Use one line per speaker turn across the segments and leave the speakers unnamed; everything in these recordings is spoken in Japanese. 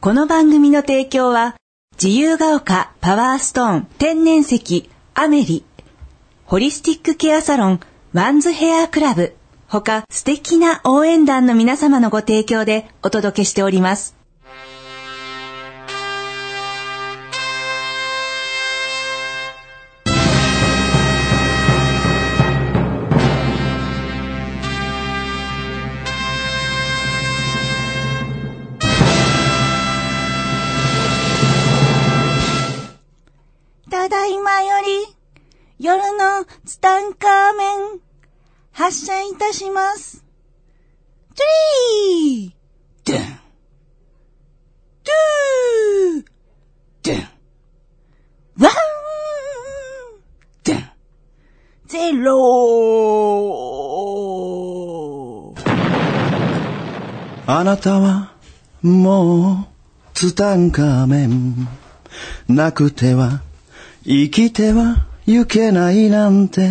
この番組の提供は、自由が丘パワーストーン天然石アメリ、ホリスティックケアサロンワンズヘアクラブ、ほか素敵な応援団の皆様のご提供でお届けしております。ただいまより、夜のツタンカーメン、発射いたします。トゥリードゥントゥードゥンワンドゥンゼロー
あなたは、もう、ツタンカーメン。なくては、生きては、行けないなんて。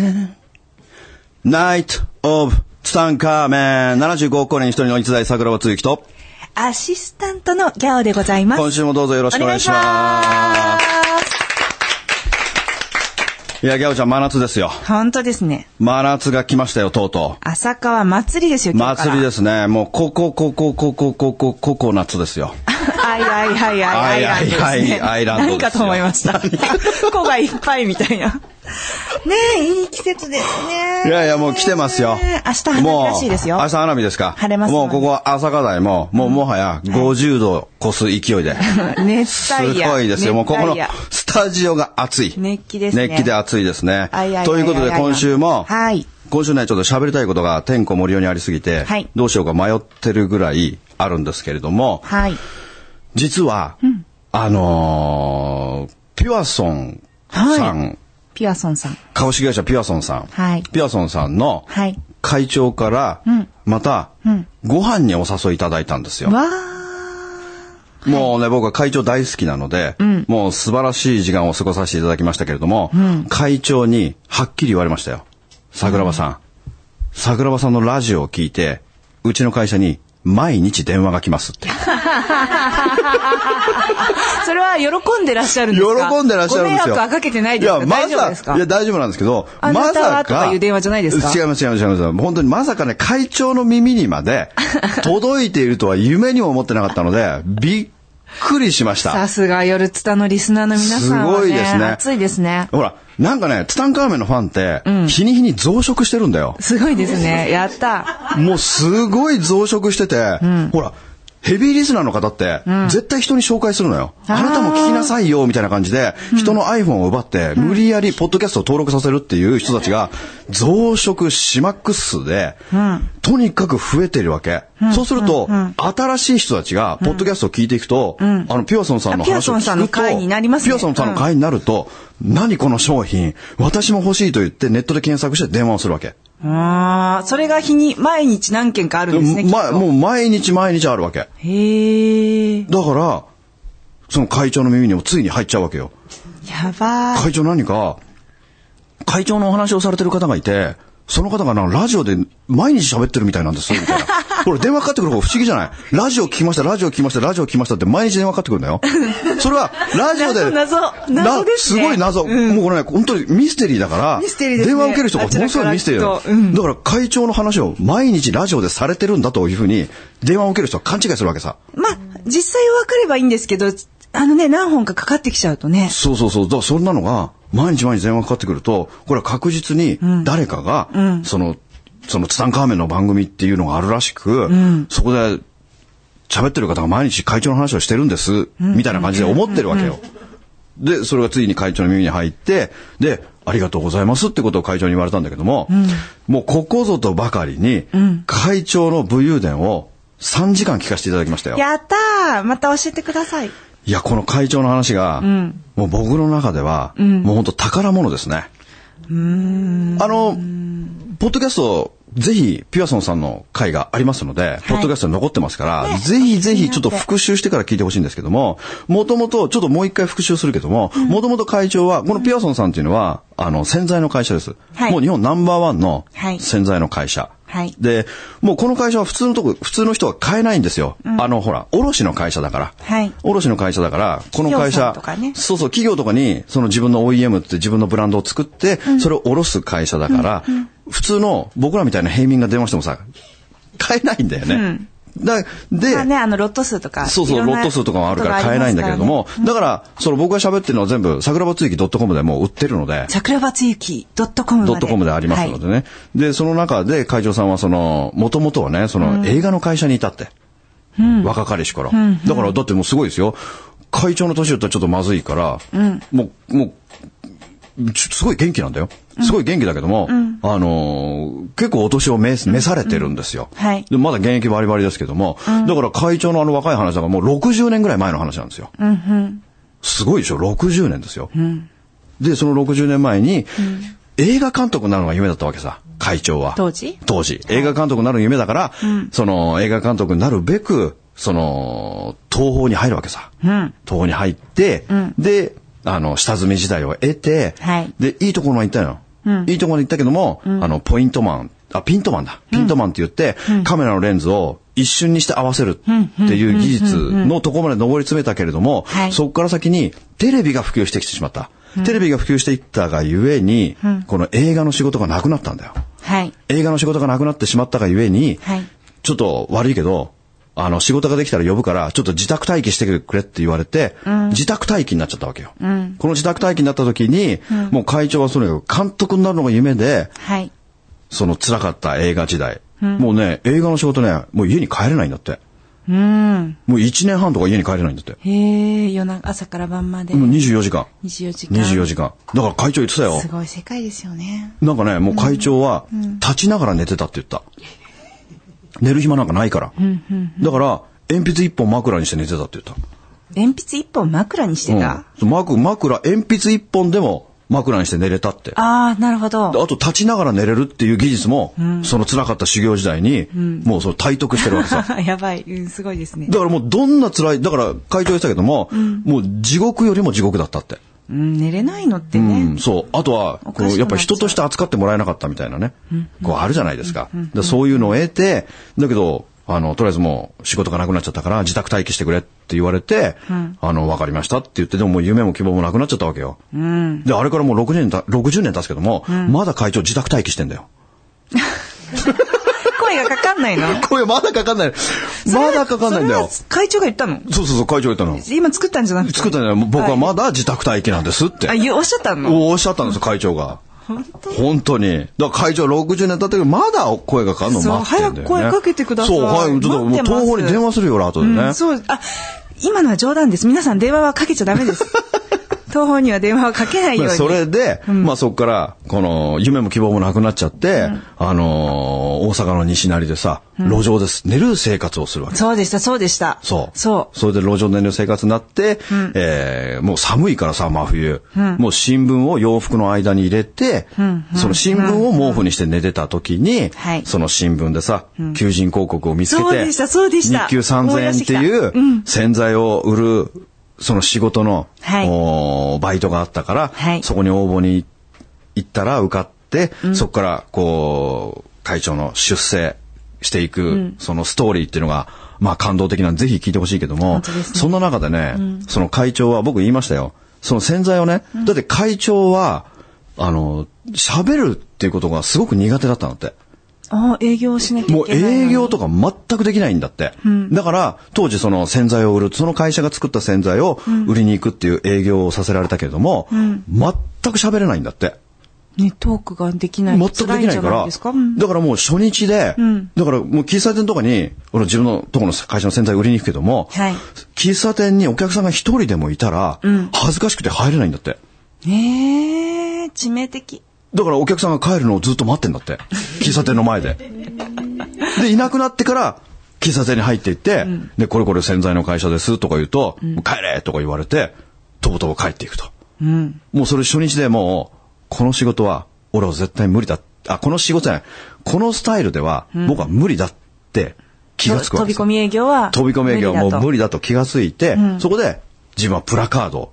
ナイト・オブ・ツタンカーメン。75億年一人の逸材桜庭つゆきと、
アシスタントのギャオでございます。
今週もどうぞよろしくお願いし
お願
ま
いします
す。いや、ギャオちゃん、真夏ですよ。
本当ですね。
真夏が来ましたよ、とうと
浅川祭りですよ、
う。
今日から。
祭りですね。もう、ここ、ここ、ここ、ここ、ココナッツですよ。
はいはいはいはいはいはいですね。
アイランドで
何か
すよ
と思いました。子がいっぱいみたいな。ねえ、いい季節ですね。
いやいや、もう来てますよ。
明日花火らしいですよ。
もう明日花火ですか。
晴れます
も
もん
う
ね
ここは朝霞台も、もうもはや50度を超す勢いで。
熱
す
帯夜。
ごいですよ。もうここの
熱帯夜
スタジオが暑い。
熱気ですね
熱気で暑いですね
あいあいあいあいあ。い
ということで今週も、
はい。
今週ね、ちょっと喋りたいことが天候盛りようにありすぎて、
はい
どうしようか迷ってるぐらいあるんですけれども、
はい。
実は、あのーピュアソンさん、
はいピュアソンさん。
株式会社ピュアソンさん、
はい
ピュアソンさんの、
はい。
会長から、また、ご飯にお誘いいただいたんですよ。
わ
もうね、僕は会長大好きなので、もう素晴らしい時間を過ごさせていただきましたけれども、会長にはっきり言われましたよ。桜庭さん、桜庭さんのラジオを聞いて、うちの会社に毎日電話が来ますって。
ー。それは喜んでらっしゃるんですか
喜んでらっしゃるんですよ。
ご迷惑はかけてないですか
いや、ま
大丈夫です
さ
か
か、いや、大丈夫なんですけど、
あな
ま
たは
さ
とか
か、
いう電話じゃないですか
違います、違います、違います。本当にまさかね、会長の耳に まで届いているとは夢にも思ってなかったので、びっくりしました
さ。すが夜ツタのリスナーの皆さんは
すごいですね
暑いですね。
ほら、なんかね、ツタンカーメンのファンって、日に日に増殖してるんだよ。
すごいですね。やった。
もうすごい増殖してて、ほら、ヘビーリスナーの方って、絶対人に紹介するのよ。
あー
あなたも聞きなさいよ、みたいな感じで、人の iPhone を奪って、無理やりポッドキャストを登録させるっていう人たちが、増殖しまくっすで、とにかく増えてるわけ。そうすると、新しい人たちが、ポッドキャストを聞いていくと、あの、ピュアソンさんの
あピュア
話
ソ
を
ンさん
聞
の
くと、
回になりますね
ピュアソンさんの会になると、何この商品、私も欲しいと言って、ネットで検索して電話をするわけ。
ああ、それが日に、毎日何件かあるんですね。きっと
ま、もう毎日毎日あるわけ。
へえ、
だから、その会長の耳にもついに入っちゃうわけよ。
やばー。
会長何か、会長のお話をされてる方がいて、その方がなんかラジオで毎日喋ってるみたいなんですよ、みたいな。これ電話かかってくる方不思議じゃないラジオ聞きました、ラジオ聞きました、ラジオ聞きましたって毎日電話かかってくるん だよ。それは、ラジオで。
謎謎謎ですね
なごい謎。もうこれね、本当にミステリーだから、
ミステリーですね
電話を受ける人がものすごいミステリーだ
あちらから聞くとうん
だから会長の話を毎日ラジオでされてるんだというふうに、電話を受ける人は勘違いするわけさ。
まあ、実際分かればいいんですけど、あのね、何本かかかってきちゃうとね。
そうそうそう。だからそんなのが、毎日毎日電話かかってくると、これは確実に誰かが、その、そのツタンカーメンの番組っていうのがあるらしく、そこで喋ってる方が毎日会長の話をしてるんです、みたいな感じで思ってるわけよ。で、それがついに会長の耳に入って、で、ありがとうございますってことを会長に言われたんだけども、もうここぞとばかりに、会長の武勇伝を3時間聞かせていただきましたよ。
やったーまた教えてください。
いや、この会長の話が、もう僕の中では、もう本当宝物ですね。あの、ポッドキャスト、ぜひ、ピュアソンさんの回がありますので、ポッドキャストに残ってますから、ぜひぜひちょっと復習してから聞いてほしいんですけども、もともと、ちょっともう一回復習するけども、もともと会長は、このピュアソンさんっていうのは、あの、洗剤の会社です。
はい
もう日本ナンバーワンの
はい
洗剤の会社。
はい
で、もうこの会社は普通のとこ、普通の人は買えないんですよ。あの、ほら、卸の会社だから。
はい
卸の会社だから、この会社
企業さんとかね
そうそう、企業とかに、その自分の OEM って自分のブランドを作って、それを卸す会社だから、普通の僕らみたいな平民が電話してもさ、買えないんだよね。だで、
まあね、あの、ロット数とか。
そうそ、
いうろん
ロ
な
ット数とかもあるから買えないんだけれども、だから、その僕が喋ってるのは全部、桜庭つゆき .com でもう売ってるので、
桜庭つゆき .com まで。
ドットコムでありますのでね。で、その中で会長さんはその、もともとはね、その映画の会社にいたって。若かりしから、だから、だってもうすごいですよ。会長の年だったらちょっとまずいから、もう、もう、ちょすごい元気なんだよ。すごい元気だけども、あのー結構お年を召す召されてるんですよ、
はい
で。まだ現役バリバリですけども、だから会長のあの若い話だからもう60年ぐらい前の話なんですよ。すごいでしょ ?60 年ですよ。で、その60年前に、映画監督になるのが夢だったわけさ、会長は。
当時
当時。映画監督になる夢だから、その映画監督になるべく、その、東宝に入るわけさ。東宝に入って、で、あの、下積み時代を得て、
はい
で、いいところまで行ったのよ。いいところまで行ったけども、あの、ポイントマン、あ、ピントマンだ。ピントマンって言って、カメラのレンズを一瞬にして合わせるっていう技術のところまで上り詰めたけれども、
はい
そこから先にテレビが普及してきてしまった。テレビが普及していったがゆえに、この映画の仕事がなくなったんだよ。
はい。
映画の仕事がなくなってしまったがゆえに、
はい
ちょっと悪いけど、あの、仕事ができたら呼ぶから、ちょっと自宅待機してくれって言われて、自宅待機になっちゃったわけよ。この自宅待機になった時に、もう会長はそれを監督になるのが夢で、
はい。
その辛かった映画時代。もうね、映画の仕事ね、もう家に帰れないんだって。
うん。
もう1年半とか家に帰れないんだって。
へえ、夜中、朝から晩まで。
もう24時間。
24時間。
24時間。だから会長言ってたよ。
すごい世界ですよね。
なんかね、もう会長は、立ちながら寝てたって言った。寝る暇なんかないから。だから、鉛筆一本枕にして寝てたって言った。
鉛筆一本枕にしてた。
うん、枕、枕、鉛筆一本でも枕にして寝れたって。あ
ああ、なるほど。
と、立ちながら寝れるっていう技術も、その辛かった修行時代に、もうその体得してるわけさ。
やばい、うん、すごいですね。
だからもうどんな辛い、だから会長言ってたけども、もう地獄よりも地獄だったって。
うん、寝れないのって
う
ね。
ん、そう。あとは、
おか
こ
しくなっちゃう
うやっぱ人として扱ってもらえなかったみたいなね、こうあるじゃないですか。でそういうのを得て、だけど、あの、とりあえずもう仕事がなくなっちゃったから自宅待機してくれって言われて、あの、わかりましたって言って、でももう夢も希望もなくなっちゃったわけよ。で、あれからもう6年た、60年経つけども、まだ会長自宅待機してんだよ。
声がかかんないの
これまだかかんない。 まだかかんないんだよ。
それは会長が言ったの
そうそうそう、会長言ったの。
今作ったんじゃなくて。
作ったんじゃない僕はまだ自宅待機なんですって。
あ、言うおっしゃったの
おっしゃったんですよ、会長が。本当に。だから会長60年経ったけど、まだ声がかかんの
そう
待ってんだよ、ね。
早く声かけてください
そう、はい。ちょっともう
待ってます
東方に電話するよ、俺後でね。
うん、そう、あ、今のは冗談です。皆さん電話はかけちゃダメ です。東方には電話はかけないよう
まあ
に。
それで、まあそこから、この、夢も希望もなくなっちゃって、あのー大阪の西成でさ、路上です。寝る生活をするわけ。
そうでした、そうでした。
そう。
そう。
それで路上で寝る生活になって、えーもう寒いからさ、真冬。もう新聞を洋服の間に入れて、その新聞を毛布にして寝てた時に、
はい
その新聞でさ、求人広告を見つけて、
そうでしたそうでした
日給3000円っていう洗剤を売る、その仕事の、
はい
おーバイトがあったから、
はい
そこに応募に行ったら受かって、そこからこう会長の出世していく、そのストーリーっていうのがまあ感動的なんでぜひ聞いてほしいけども、
本当ですね
そんな中でね、その会長は僕言いましたよその洗剤をね、だって会長はあの喋るっていうことがすごく苦手だったんだって。
あ営業をしなきゃ
も
いうけないのに。
営業とか全くできないんだって。だから、当時その洗剤を売る、その会社が作った洗剤を売りに行くっていう営業をさせられたけれども、全く喋れないんだって。
ね、トークができない。
全くできないか
辛んじゃ
ら、
ですかうん
だからもう初日で、
ん
だからもう喫茶店とかに、俺自分のとこの会社の洗剤売りに行くけども、
はい
喫茶店にお客さんが一人でもいたら、恥ずかしくて入れないんだって。
ええ致命的。
だからお客さんが帰るのをずっと待ってんだって。喫茶店の前で。で、いなくなってから、喫茶店に入っていって、で、これこれ洗剤の会社ですとか言うと、帰れとか言われて、とぼとぼ帰っていくと。
うん。
もうそれ初日でもう、この仕事は、俺は絶対無理だ。あ、この仕事じゃない。このスタイルでは、僕は無理だって気がつくわ
飛
け
び
です
込み営業は。
飛び込み営業はもう無
理
理だと気がついて、そこで自分はプラカードを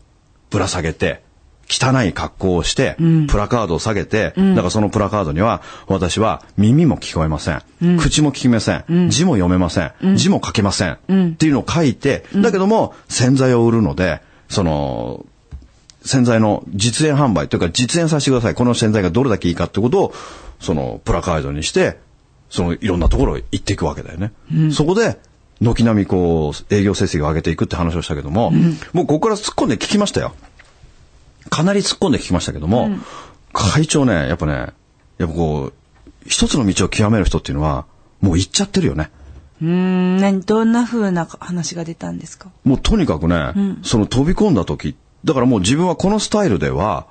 ぶら下げて、汚い格好をして、プラカードを下げて、だからそのプラカードには、私は耳も聞こえません。口も聞きません,、字も読めません,、字も書けません,、っていうのを書いて、だけども、洗剤を売るので、その、洗剤の実演販売というか実演させてください。この洗剤がどれだけいいかってことを、そのプラカードにして、そのいろんなところへ行っていくわけだよね。そこで、軒並みこう、営業成績を上げていくって話をしたけども、もうここから突っ込んで聞きましたよ。かなり突っ込んで聞きましたけども、会長ね、やっぱね、やっぱこう、一つの道を極める人っていうのは、もう行っちゃってるよね。
うーん、何、どんな風な話が出たんですか
もうとにかくね、その飛び込んだ時、だからもう自分はこのスタイルでは、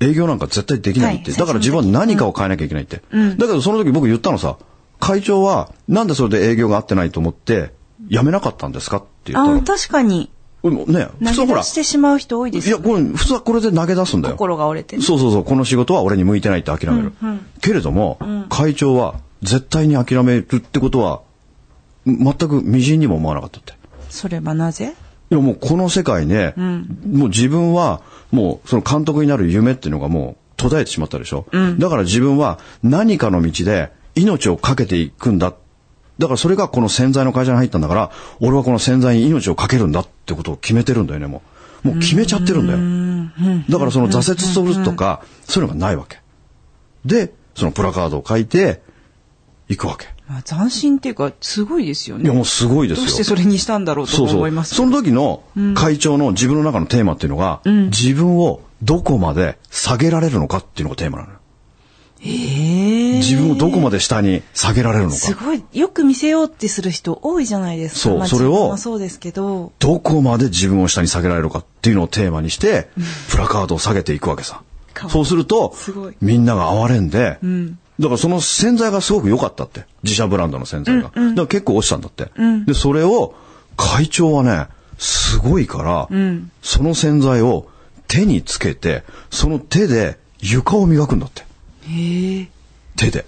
営業なんか絶対できないって。
はい
だから自分は何かを変えなきゃいけないって。だけどその時僕言ったのさ、会長はなんでそれで営業が合ってないと思って、辞めなかったんですかって言った
あ
ら、
確かに、
うんね、普通
投
は
げ
ほら
出、してしまう人多いで
い
す
や、
よ、ね。
これ、普通はこれで投げ出すんだよ。
心が折れてね。
そうそうそう、この仕事は俺に向いてないって諦める。けれども、会長は絶対に諦めるってことは、全く微塵にも思わなかったって。
それはなぜ
いやもうこの世界ね、もう自分はもうその監督になる夢っていうのがもう途絶えてしまったでしょ、だから自分は何かの道で命をかけていくんだ。だからそれがこの洗剤の会社に入ったんだから、俺はこの洗剤に命をかけるんだってことを決めてるんだよね、もう。もう決めちゃってるんだよ。だからその挫折するとか、そういうのがないわけ。で、そのプラカードを書いて、行くわけ。
まあ、斬新っていうか、すごいですよ
いや
ね。
もうすごいです
ど
よ。
うしてそれにしたんだろうと
そう
か
そ
思いま
う。
す
その時の会長の自分の中のテーマっていうのが、自分をどこまで下げられるのかっていうのがテーマなのよ。
ええ
自分をどこまで下に下げられるの
す
か。
ごい、よく見せようってする人多いじゃないですか。
そう
まあ
それを
自分もそうですけど、
どこまで自分を下に下げられるかっていうのをテーマにして、プラカードを下げていくわけさ
か。わいい
そうすると
すごい、
みんなが哀れんで、だからその洗剤がすごく良かったって。自社ブランドの洗剤が。だから結構落ちたんだって。で、それを、会長はね、すごいから、その洗剤を手につけて、その手で床を磨くんだって。
ええ
手で。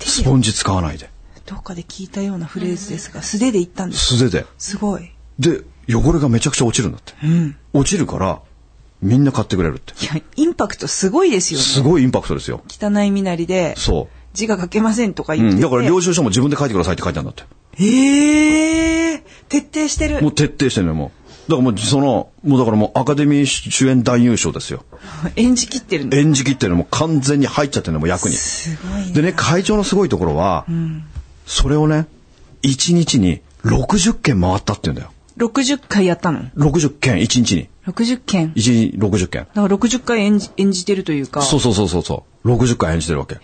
スポンジ使わないで。
どっかで聞いたようなフレーズですが、素手で言ったんです。
素手で。
すごい。
で、汚れがめちゃくちゃ落ちるんだって。落ちるから、みんな買ってくれるって。
いや、インパクトすごいですよね。
すごいインパクトですよ。
汚い身なりで、
そ
字が書けませんとか
う。う
言って
ん。
て。
だから領収書も自分で書いてくださいって書いてあるんだって。
ええ徹底して
も
る。
う徹底してんのよ、もう。だからもうその、もうだからもうアカデミー主演男優賞ですよ。
演じきってるんだ。
演じきっていうのもう完全に入っちゃってるのもう役に。
すごいね。
でね、会長のすごいところは、それをね、1日に60件回ったって言うんだよ。
60回やったの
60件、1日に。
?60 件。
1日に60件。
だから60回演じ演じてるというか。
そうそうそうそうそう。60回演じてるわけ。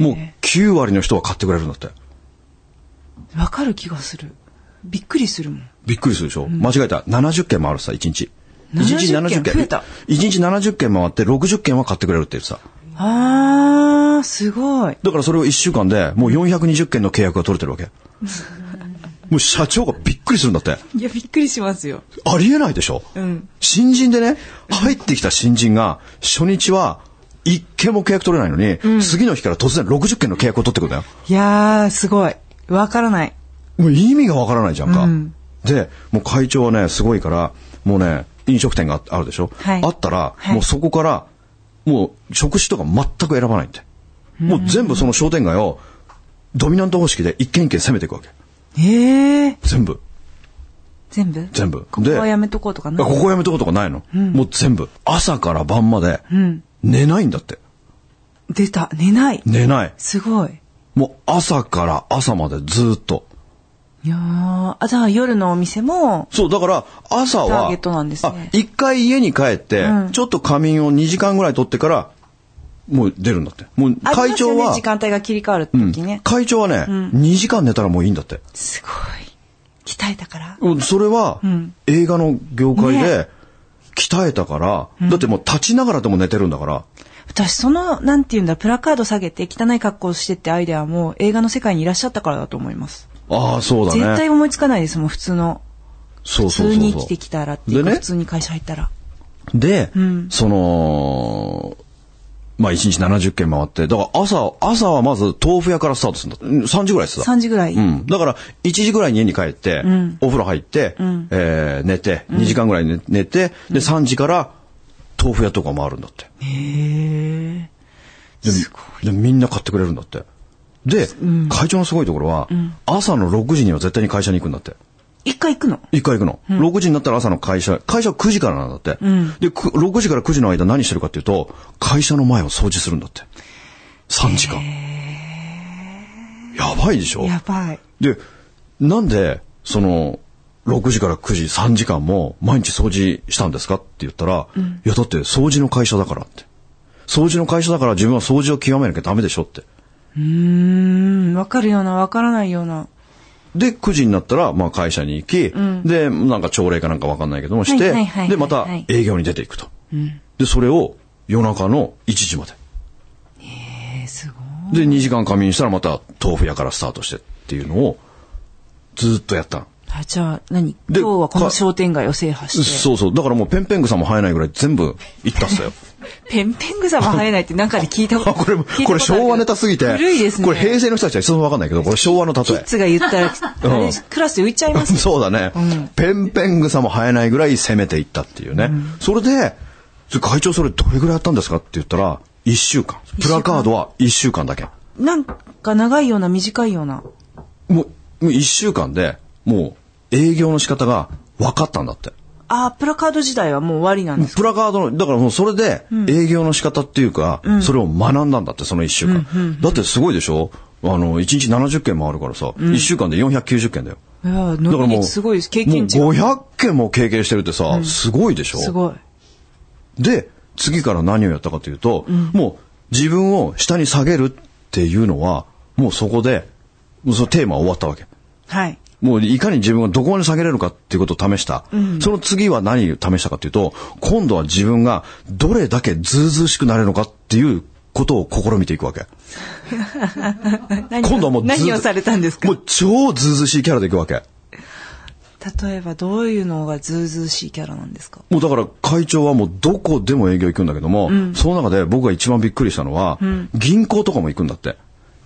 もう9割の人は買ってくれるんだって。
わかる気がする。びっくりするもん。
びっくりするでしょ、間違えた。70件回るさ、1日。1日
70件増えた
1日70件回って60件は買ってくれるって言ってさ。
あー、すごい。
だからそれを1週間でもう420件の契約が取れ てるわけ。もう社長がびっくりするんだって。
いや、びっくりしますよ。
ありえないでしょ、
うん
新人でね、入ってきた新人が初日は1件も契約取れないのに、次の日から突然60件の契約を取ってくるんだよ。
いやー、すごい。わからない。
もう意味がわからないじゃんか。
うん
で、もう会長はね、すごいから、もうね、飲食店がああるでしょ、
はい
あったら、
はい
もうそこから、もう食事とか全く選ばないって。もう全部その商店街を、ドミナント方式で一軒一軒攻めていくわけ。
ええー、
全部。
全部
全部。
ここはやめとこうとか
あ
な。
ここやめとことかないの、もう全部。朝から晩まで、寝ないんだって。
出た。寝ない。
寝ない。
すごい。
もう朝から朝までずーっと。
いやー、あ、じゃあ夜のお店も、
そう、だから、朝は、
ターゲットなんですね
あ、一回家に帰って、
うん
ちょっと仮眠を2時間ぐらい取ってから、もう出るんだって。もう
あり
会
ますよ
長
ね
は、
時間帯が切り替わる
うん
時ね。
会長はね、2時間寝たらもういいんだって。
すごい。鍛えたから。
うんそれは、映画の業界で、鍛えたから、だってもう立ちながらでも寝てるんだから、
私、その、なんていうんだ、プラカード下げて汚い格好をしてってアイデアも映画の世界にいらっしゃったからだと思います。
ああ、そうだね。
絶対思いつかないですもん、普通の。
そう
普
そうそう
通
そう
に生きてきたらっていう
で
か、
ね
普通に会社入ったら。
で、その、まあ、1日70件回って、だから朝、朝はまず豆腐屋からスタートするんだってうん。3時ぐらいです
3時ぐらい。
うん。だから、1時ぐらいに家に帰って、お風呂入って、えー寝て、2時間ぐらい寝寝て、で、3時から豆腐屋とかもあるんだって。
へえ。
で、でみんな買ってくれるんだって。で、会長のすごいところは、朝の6時には絶対に会社に行くんだって。
一回行くの
一回行くの。6時になったら朝の会社、会社は9時からなんだって。で、く6時から9時の間何してるかっていうと、会社の前を掃除するんだって。3時間。やばいでしょ
やばい。
で、なんで、その、6時から9時3時間も毎日掃除したんですかって言ったら、いやだって掃除の会社だからって。掃除の会社だから自分は掃除を極めなきゃダメでしょって。
うーん、わかるような、わからないような。
で、9時になったら、まあ会社に行き、で、なんか朝礼かなんかわかんないけどもし
はいはいはいはいは
て、
い
で、また営業に出ていくと。で、それを夜中の1時まで。
えー、すごい。
で、2時間仮眠したらまた豆腐屋からスタートしてっていうのを、ずーっとやったの。
あ、じゃあ、何
で
今日はこの商店街を制覇して。
そうそう。だからもうペンペングさんも生えないぐらい全部行ったっすよ。
ペンペングサも生えないってなんかで 聞いたこと
あ、これ、
聞いたとある
これ昭和ネタすぎて。
古いですね。
これ平成の人たちは一度もわかんないけど、これ昭和の例
キッズが言ったら、あれクラスで浮いちゃい
え。
ますね。
そうだね。ペンペン草も生えないぐらい攻めていったっていうね。それで、会長それどれぐらいやったんですかって言ったら、1週間。プラカードは1週間だけ。
なんか長いような短いような。
もう、もう1週間で、もう営業の仕方が分かったんだって。
あ、プラカード時代はもう終わりなんですか
プラカードの、だからもうそれで営業の仕方っていうか、それを学んだんだって、その1週間。だってすごいでしょあの、1日70件もあるからさ、1週間で490件だよ。
いやー、
だか
伸
ら
び
もう、
率すごいです。経験値
もう
が。
500件も経験してるってさ、すごいでしょ
すごい。
で、次から何をやったかというと、もう自分を下に下げるっていうのは、もうそこで、もうそのテーマは終わったわけ。
はい。
もういかに自分がどこまで下げれるかっていうことを試した。その次は何を試したかというと、今度は自分がどれだけずうずうしくなれるのかっていうことを試みていくわけ。
何
今度はもうず
何をされたんですか
もう超ずうずうしいキャラでいくわけ。
例えばどういうのがズうずうしいキャラなんですか
もうだから会長はもうどこでも営業行くんだけども、その中で僕が一番びっくりしたのは、銀行とかも行くんだって。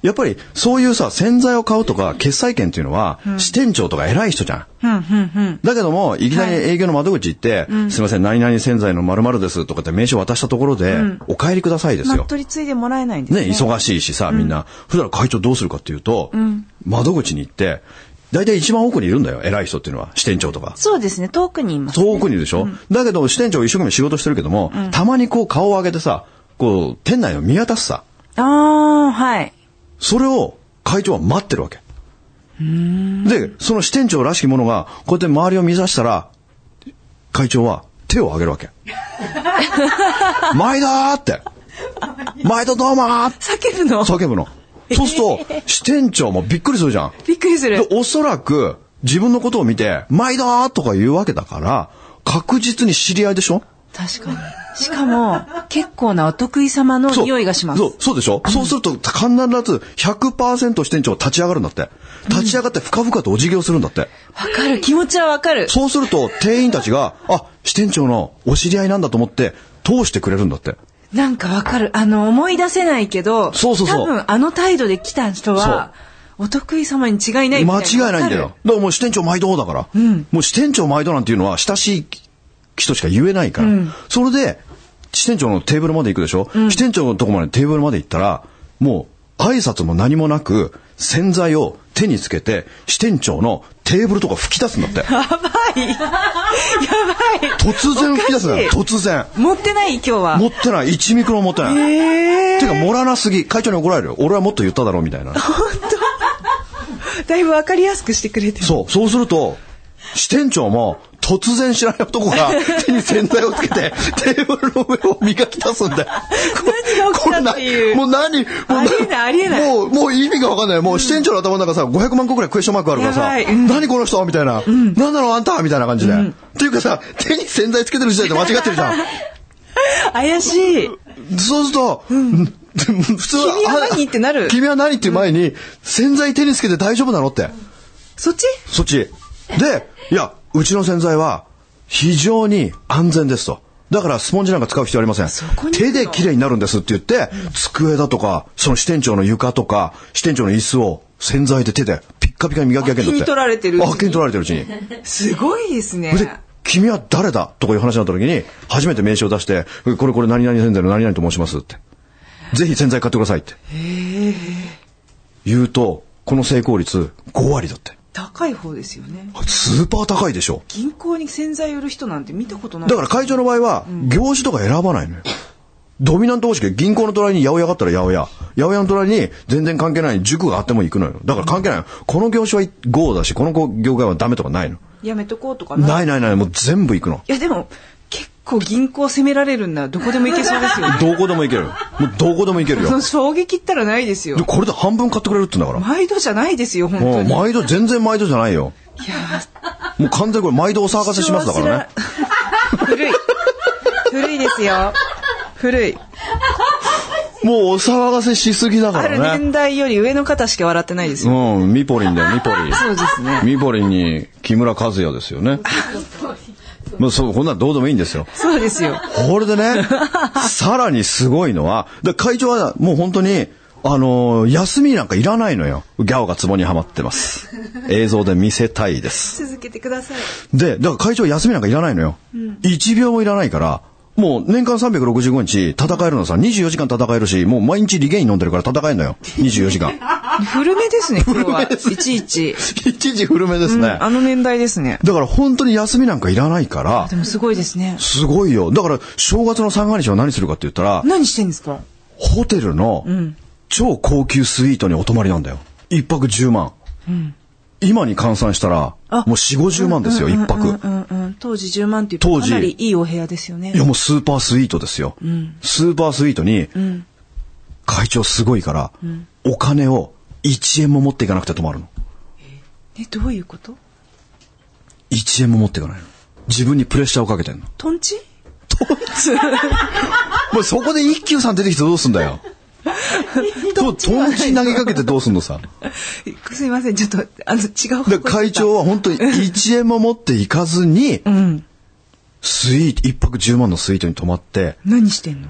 やっぱりそういうさ、洗剤を買うとか決済券っていうのは、支店長とか偉い人じゃん。
うん、うん、うん。
だけども、いきなり営業の窓口行って、すいません、何々洗剤の〇〇ですとかって名刺渡したところで、お帰りくださいです
ま
よ
っ。取り継いでもらえないんです
ね、
ね。
忙しいしさ、みんな。そしたら会長どうするかっていうと、窓口に行って、大体一番奥にいるんだよ、偉い人っていうのは、支店長とか。
そうですね、遠くにいます。
遠くにいるでしょ、だけど支店長一生懸命仕事してるけども、たまにこう顔を上げてさ、こう、店内を見渡すさ、
ああ、はい。
それを会長は待ってるわけ。で、その支店長らしき者が、こうやって周りを見指したら、会長は手を挙げるわけ。前田ーって。前田どうもーって
叫ぶの
叫ぶの。そうすると、支店長もびっくりするじゃん。
びっくりする
で。、おそらく、自分のことを見て、毎度ーとか言うわけだから、確実に知り合いでしょ
確かに。しかも、結構なお得意様の
そう
匂いがします
そ。う、そうでしょ、そうすると、必ず100%支店長は立ち上がるんだって。立ち上がって深々とお辞儀をするんだって。
わかる、気持ちはわかる。
そうすると、店員たちが、あ、支店長のお知り合いなんだと思って、通してくれるんだって。
なんかわかる。あの、思い出せないけど、
そうそうそう
多分あの態度で来た人は、お得意様に違いないみたいな
間違いないんだよ。。だからもう支店長毎度だから。もう支店長毎度なんていうのは親しい人しか言えないから。それで、支店長のテーブルまで行くでしょ、支店長のとこまでテーブルまで行ったら、もう挨拶も何もなく、洗剤を手につけて、支店長のテーブルとか吹き出すんだって。
わかるやばい。やばい。
突然吹き出すんだよ。
おかしい
突然。
持ってない今日は。
持ってない。1ミクロも持ってない。
ええ
てか、盛らなすぎ。会長に怒られるよ。俺はもっと言っただろう、みたいな。
だいぶわかりやすくしてくれてる。
そう、そうすると、支店長も、突然知らない 男が手に洗剤をつけて、テーブルの上を磨き出すんだよ。
何が起きたっていう
これなもう何もう
ありえないありえない
もう、もう意味がわかんない。もう支店長の頭の中さ、500万個くらいクエスチョンマークあるから
やば
さ、
いうん
何この人みたいな。何なのあんたみたいな感じで。っていうかさ、手に洗剤つけてる時点で間違って るじゃん。
怪しい。
そうすると、で も普通は
君は何
あ
ってなる
君は何っていう前に、洗剤手につけて大丈夫なのって。
そっち
そっち。で、いや、うちの洗剤は非常に安全ですと。だからスポンジなんか使う必要ありません
こ。に
手で綺麗になるんですって言って、机だとか、その支店長の床とか、支店長の椅子を洗剤で手でピッカピカに磨き上げる
あ
んだって。
気に取られてるうち
あ
に
気に取られてるうちに。
すごいですね。
で、君は誰だとかいう話になった時に、初めて名刺を出して、これこれ何々洗剤の何々と申しますって。ぜひ洗剤買ってくださいって。言うと、この成功率5割だって。
高い方ですよね。
スーパー高いでしょ。
銀行に洗剤売る人なんて見たことない。
だから会長の場合は、業種とか選ばないのよ。ドミナント方式で銀行の隣に八百屋があったら八百屋。八百屋の隣に全然関係ない塾があっても行くのよ。だから関係ないの。この業種は GO だし、この業界はダメとかないの。
やめとこうとかな
ないないない、もう全部行くの。
いやでも、結構銀行責められるんならどこでも行けそうですよね。
どこでも行ける。もう どこでも行けるよ
そ。の衝撃ったらないです
で、
よ。
これで半分買ってくれるって言うんだか
毎度じゃないですよ、本
ら。も
当
う
に。
毎度、全然毎度じゃないよ。
いや
もう完全にこれ毎度お騒がせしますだからね。
ね。古い。古いですよ。古い。
もうお騒がせしすぎだか
ある
らね。
年代より上の方しか笑ってないですよ。
うん、ミポリ ンだよ、ミポリン。
そうですね。
ミポリンに木村和也ですよね。もうそう、こんなのどうでもいいんですよ。
そうですよ。
これ でね、さらにすごいのは、だから会長はもう本当に、あのー休みなんかいらないのよ。ギャオがツボにはまってます。映像で見せたいです。
続けてください。
で、だから会長休みなんかいらないのよ。1秒もいらないから、もう年間365日戦えるのさ、24時間戦えるし、もう毎日リゲイン飲んでるから戦えるのよ。24時間。
古めです ね、今日は。いちいち。
一時古めですね。
あの年代ですね。
だから本当に休みなんかいらないから
で、もすごいですね。
すごいよ。だから正月の三が日は何するかって言ったら、
何してんですか
ホテルの超高級スイートにお泊まりなんだよ。一泊10万。今に換算したら、
あ
もう4、50万ですよ、一泊。
うんうんうん。当時10万っていうと
当
か
時
なりいいお部屋ですよね
い。や、もうスーパースイートですよ。スーパースイートに、会長すごいから、お金を1円も持っていかなくて泊まるの。
え、どういうこと
1円も持っていかないの。自分にプレッシャーをかけてんの。
トンチ
もうそこで一休さん出てきてどうすんだよ。と、とんち投げかけてどうすんのさ。
すいません、ちょっと、あの、違う方向
で
行ってた
会長は本当に1円も持っていかずに、
うん。
スイート、一泊10万のスイートに泊まって、
何してんの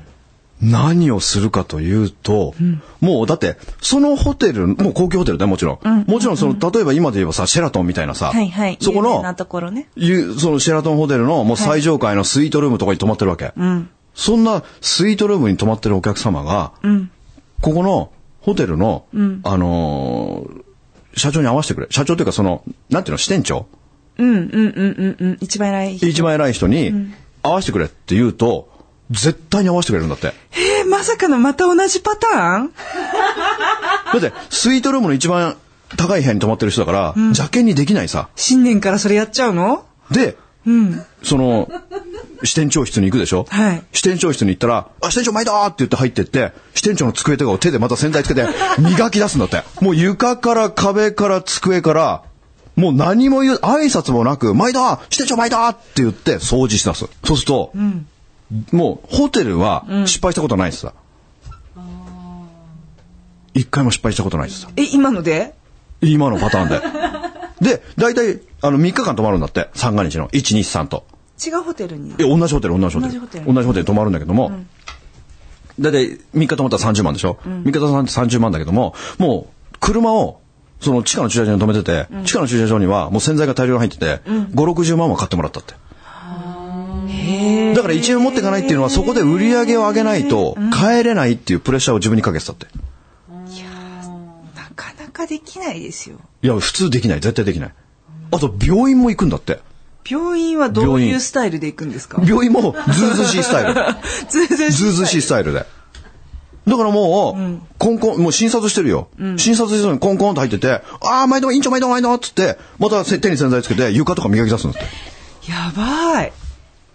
何をするかというと、もうだって、そのホテル、もう高級ホテルだよ、もちろん。もちろん、その、例えば今で言えばさ、シェラトンみたいなさ、
はいはい。
そこ
有
の
名、なところね。
ゆそのシェラトンホテルのもう最上階のスイートルームとかに泊まってるわけ。そんなスイートルームに泊まってるお客様が、ここのホテルの、あのー社長に会わせてくれ。社長というかその、なんていうの、支店長
うんうんうんうんうん。一番偉い。
一番偉い人に会わせてくれって言うと、絶対に会わせてくれるんだって。
えー、まさかのまた同じパターン
だって、スイートルームの一番高い部屋に泊まってる人だから、邪険にできないさ。
新年からそれやっちゃうの
で、その、支店長室に行くでしょ、
はい
支店長室に行ったら、あ、支店長前だーって言って入ってって、支店長の机とかを手でまた洗剤つけて、磨き出すんだって。もう床から壁から机から、もう何も言う、挨拶もなく、前だー支店長前だーって言って掃除し出す。そうすると、もうホテルは失敗したことないですさ。一回も失敗したことないですさ。
え、今ので
今のパターンで。で、大体、あの、3日間泊まるんだって。三が日の。1、2、3と。
違うホテルに
い。や、同じホテル、同じホテ
同じ
ル。
ホ
同
テ
じ
ル
ホテルに泊まるんだけども、だいたい3日泊まったら30万でしょ、?3 日泊まったら30万だけども、もう、車を、その地下の駐車場に止めてて、地下の駐車場にはもう洗剤が大量に入ってて、5、60万は買ってもらったって。だから1円持っていかないっていうのは、そこで売り上げを上げないと、帰れないっていうプレッシャーを自分にかけてたって。
なかなかできないですよ。
いや、普通できない。絶対できない。あと、病院も行くんだって。
病院はどう
病
いう
院
スタイルで行くんですか
病院もズーズーしいスタイル。
ずうずう
ズーズーしいスタイルで。だからもう、コンコン、もう診察してるよ。診察してるのにコンコンと入ってて、ああ、毎度、院長毎度、毎度っつって、またせ手に洗剤つけて床とか磨き出すんですって。
やばい。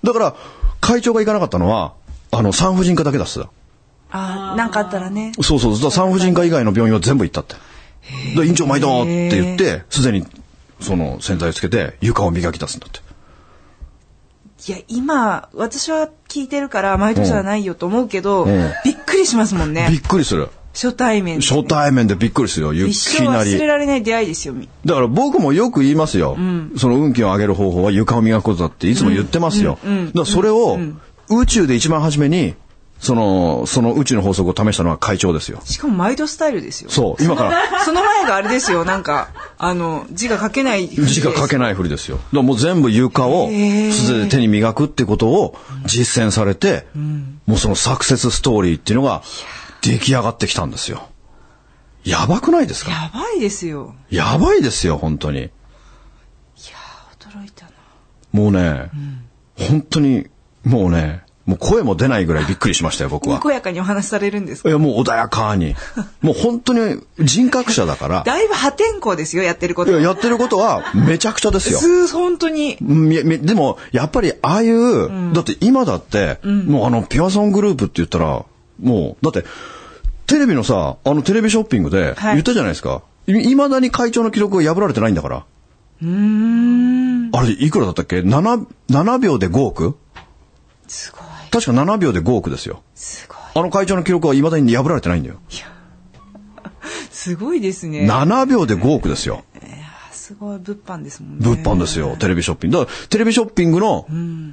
だから、会長が行かなかったのは、あの、産婦人科だけだっすよ。
あー、なんかあったらね。
そうそう、だから産婦人科以外の病院は全部行ったって。で、院長毎度って言って、すでに、その洗剤つけて床を磨き出すんだって。
いや、今、私は聞いてるから、毎年はないよと思うけど、
うん
びっくりしますもん
び
ね
っ。くりする。
初対面で。
初対面でびっくりするよ、い
一
き
生
なり。
忘れられない出会いですよ。み
だから僕もよく言いますよ。その運気を上げる方法は床を磨くことだっていつも言ってますよ。だからそれを宇宙で一番初めにその、そのうちの法則を試したのは会長ですよ。
しかも毎度スタイルですよ。
そう、今か ら。
その前があれですよ、なんか、あの、字が書けない。
字が書け
ない。
ないふりですよ。だからもう全部床を
へー
素手で手に磨くってことを実践されて、もうそのサクセスストーリーっていうのが出来上がってきたんですよ。やばくないですか
やばいですよ。
やばいですよ、本当に。
驚いたな。
もうね、本当に、もうね、もう声も出ないぐらいびっくりしましたよ、僕
に
は。
こやかにお話しされるんです
い
か
や、もう穏やか に。もう本当に人格者だから、
だいぶ破天荒ですよ、やってるこ
いや
と。
やってることはめちゃくちゃですよ。
す、本当に。
うんいやめでも、やっぱりああいう、だって今だって、もうあの、ピュアソングループって言ったら、もう、だって、テレビのさ、あのテレビショッピングで
はい
言ったじゃないですか。いまだに会長の記録が破られてないんだから。あれ、いくらだったっけ ?7、7秒で5億
すごい、
確か7秒で5億ですよ。
すごい。
あの会長の記録はいまだに破られてないんだよ。
すごいですね。
7秒で5億ですよ。
すごい、物販ですもんね。
物販ですよ、テレビショッピング。だから、テレビショッピングの、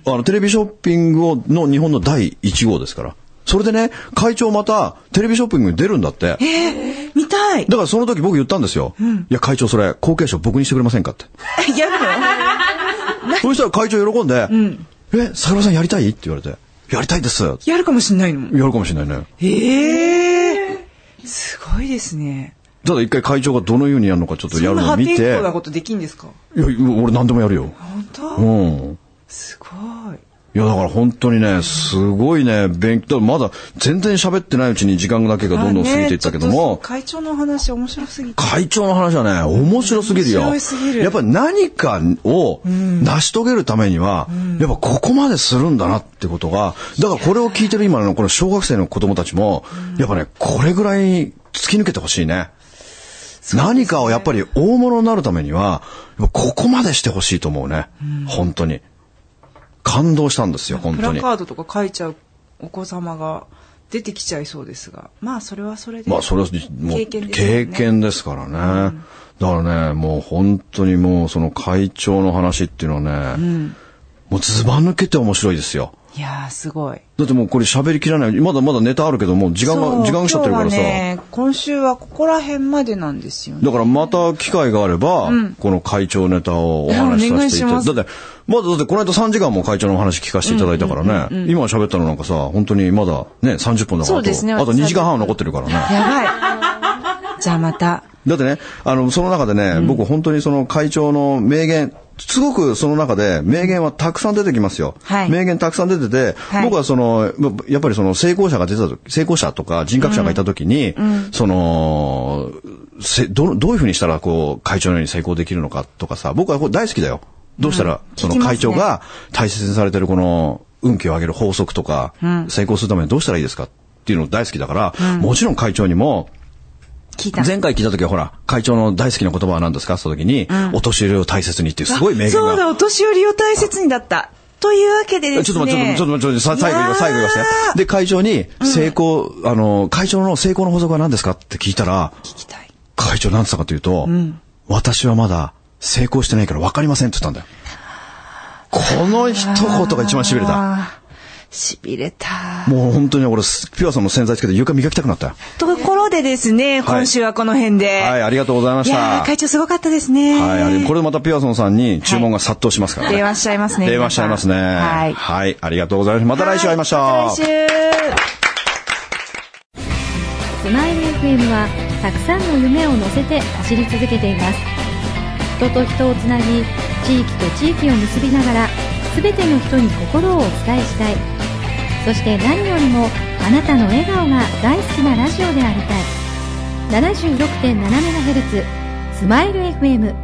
あの、テレビショッピングをの日本の第1号ですから。それでね、会長また、テレビショッピングに出るんだって。
えー、見たい。
だからその時僕言ったんですよ。いや、会長それ、後継者僕にしてくれませんかって。
やるの
そしたら会長喜んで、え、桜さんやりたいって言われて、やりたいです。や
やるかもしんないの。
るかもしれないね。
ええー、すごいですね。
ただ一回会長がどのようにやるのかちょっとや
そ
る
んな
のを
破
見
天
て、いや
荒な、ことできんですか
俺何でもやるよ。
本当、
うん。
すごい。
いや、だから本当にね、すごいね、勉強、まだ全然喋ってないうちに時間だけがどんどん過ぎていったけど
あねちょ
も
っと、会長のお話面白すぎて。
会長の話はね、面白すぎるよ。
面白すぎる
やっぱり何かを成し遂げるためには、やっぱここまでするんだなってことが、だからこれを聞いてる今のこの小学生の子供たちも、やっぱね、これぐらい突き抜けてほしいね。何かをやっぱり大物になるためには、やっぱここまでしてほしいと思うね。本当に。感動したんですよ、本
プ
当
ラ
に。
カードとか書いちゃうお子様が出てきちゃいそうですが。まあ、それはそれで。
まあそれはもう
経験ですよ
経
ね
験ですからね。だからね、もう本当にもうその会長の話っていうのはね、もうズバ抜けて面白いですよ。
いやー、すごい。
だってもうこれ喋りきらない。まだまだネタあるけども、時間
そう
が、時間が来ちゃってるからさ。
今日はね、今週はここら辺までなんですよね。
だからまた機会があれば、この会長ネタをお話しさせて
お
いただ
願
い
い
て。
し
だって、まだだってこの間3時間も会長のお話聞かせていただいたからね、今喋ったのなんかさ、本当にまだね、30分だから
そ
あ
う
と、
ですね
あと2時間半は残ってるからね。
やばい。じゃあまた。
だってね、あの、その中でね、僕本当にその会長の名言、すごくその中で名言はたくさん出てきますよ。
はい
名言たくさん出てて、
はい
僕はその、やっぱりその成功者が出た時、成功者とか人格者がいた時に、その、せど、どういうふうにしたらこう、会長のように成功できるのかとかさ、僕はこれ大好きだよ。どうしたら、そ
聞
の
きます
会
ね
長が大切にされてるこの運気を上げる法則とか、成功するためにどうしたらいいですかっていうの大好きだから、もちろん会長にも、
聞いた。
前回聞いた時はほら、会長の大好きな言葉は何ですかその時に、お年寄りを大切にっていうすごい名言が。
そうだ、お年寄りを大切にだった。というわけで
え
です
ち
ね。
ょっと待って、ちょっと待って、ちょっと待って、さ最後言わ、最後言わせて
いやー。
で、会長に、成功、あの、会長の成功の法則は何ですかって聞いたら、
聞きたい。
会長何つったかというと、私はまだ成功してないから分かりませんって言ったんだよ。この一言が一番痺れた。
あー。しびれた。
もう本当に俺、ピュアさんの洗剤つけて床磨きたくなったよ。
ところでですね、今週はこの辺で。
はい、ありがとうございま
い
し
やー
た。
会長すごかったですね。
はいあれ、これまたピュアソンさんに注文が殺到しますからね。
電話しちゃいますね。
電話しちゃいますね。
はい。
はい。ありがとうございます。また来週会いましょう。
また来週。
スマイル FM はたくさんの夢を乗せて走り続けています人と人をつなぎ地域と地域を結びながら全ての人に心をお伝えしたいそして何よりもあなたの笑顔が大好きなラジオでありたい 76.7MHz スマイル FM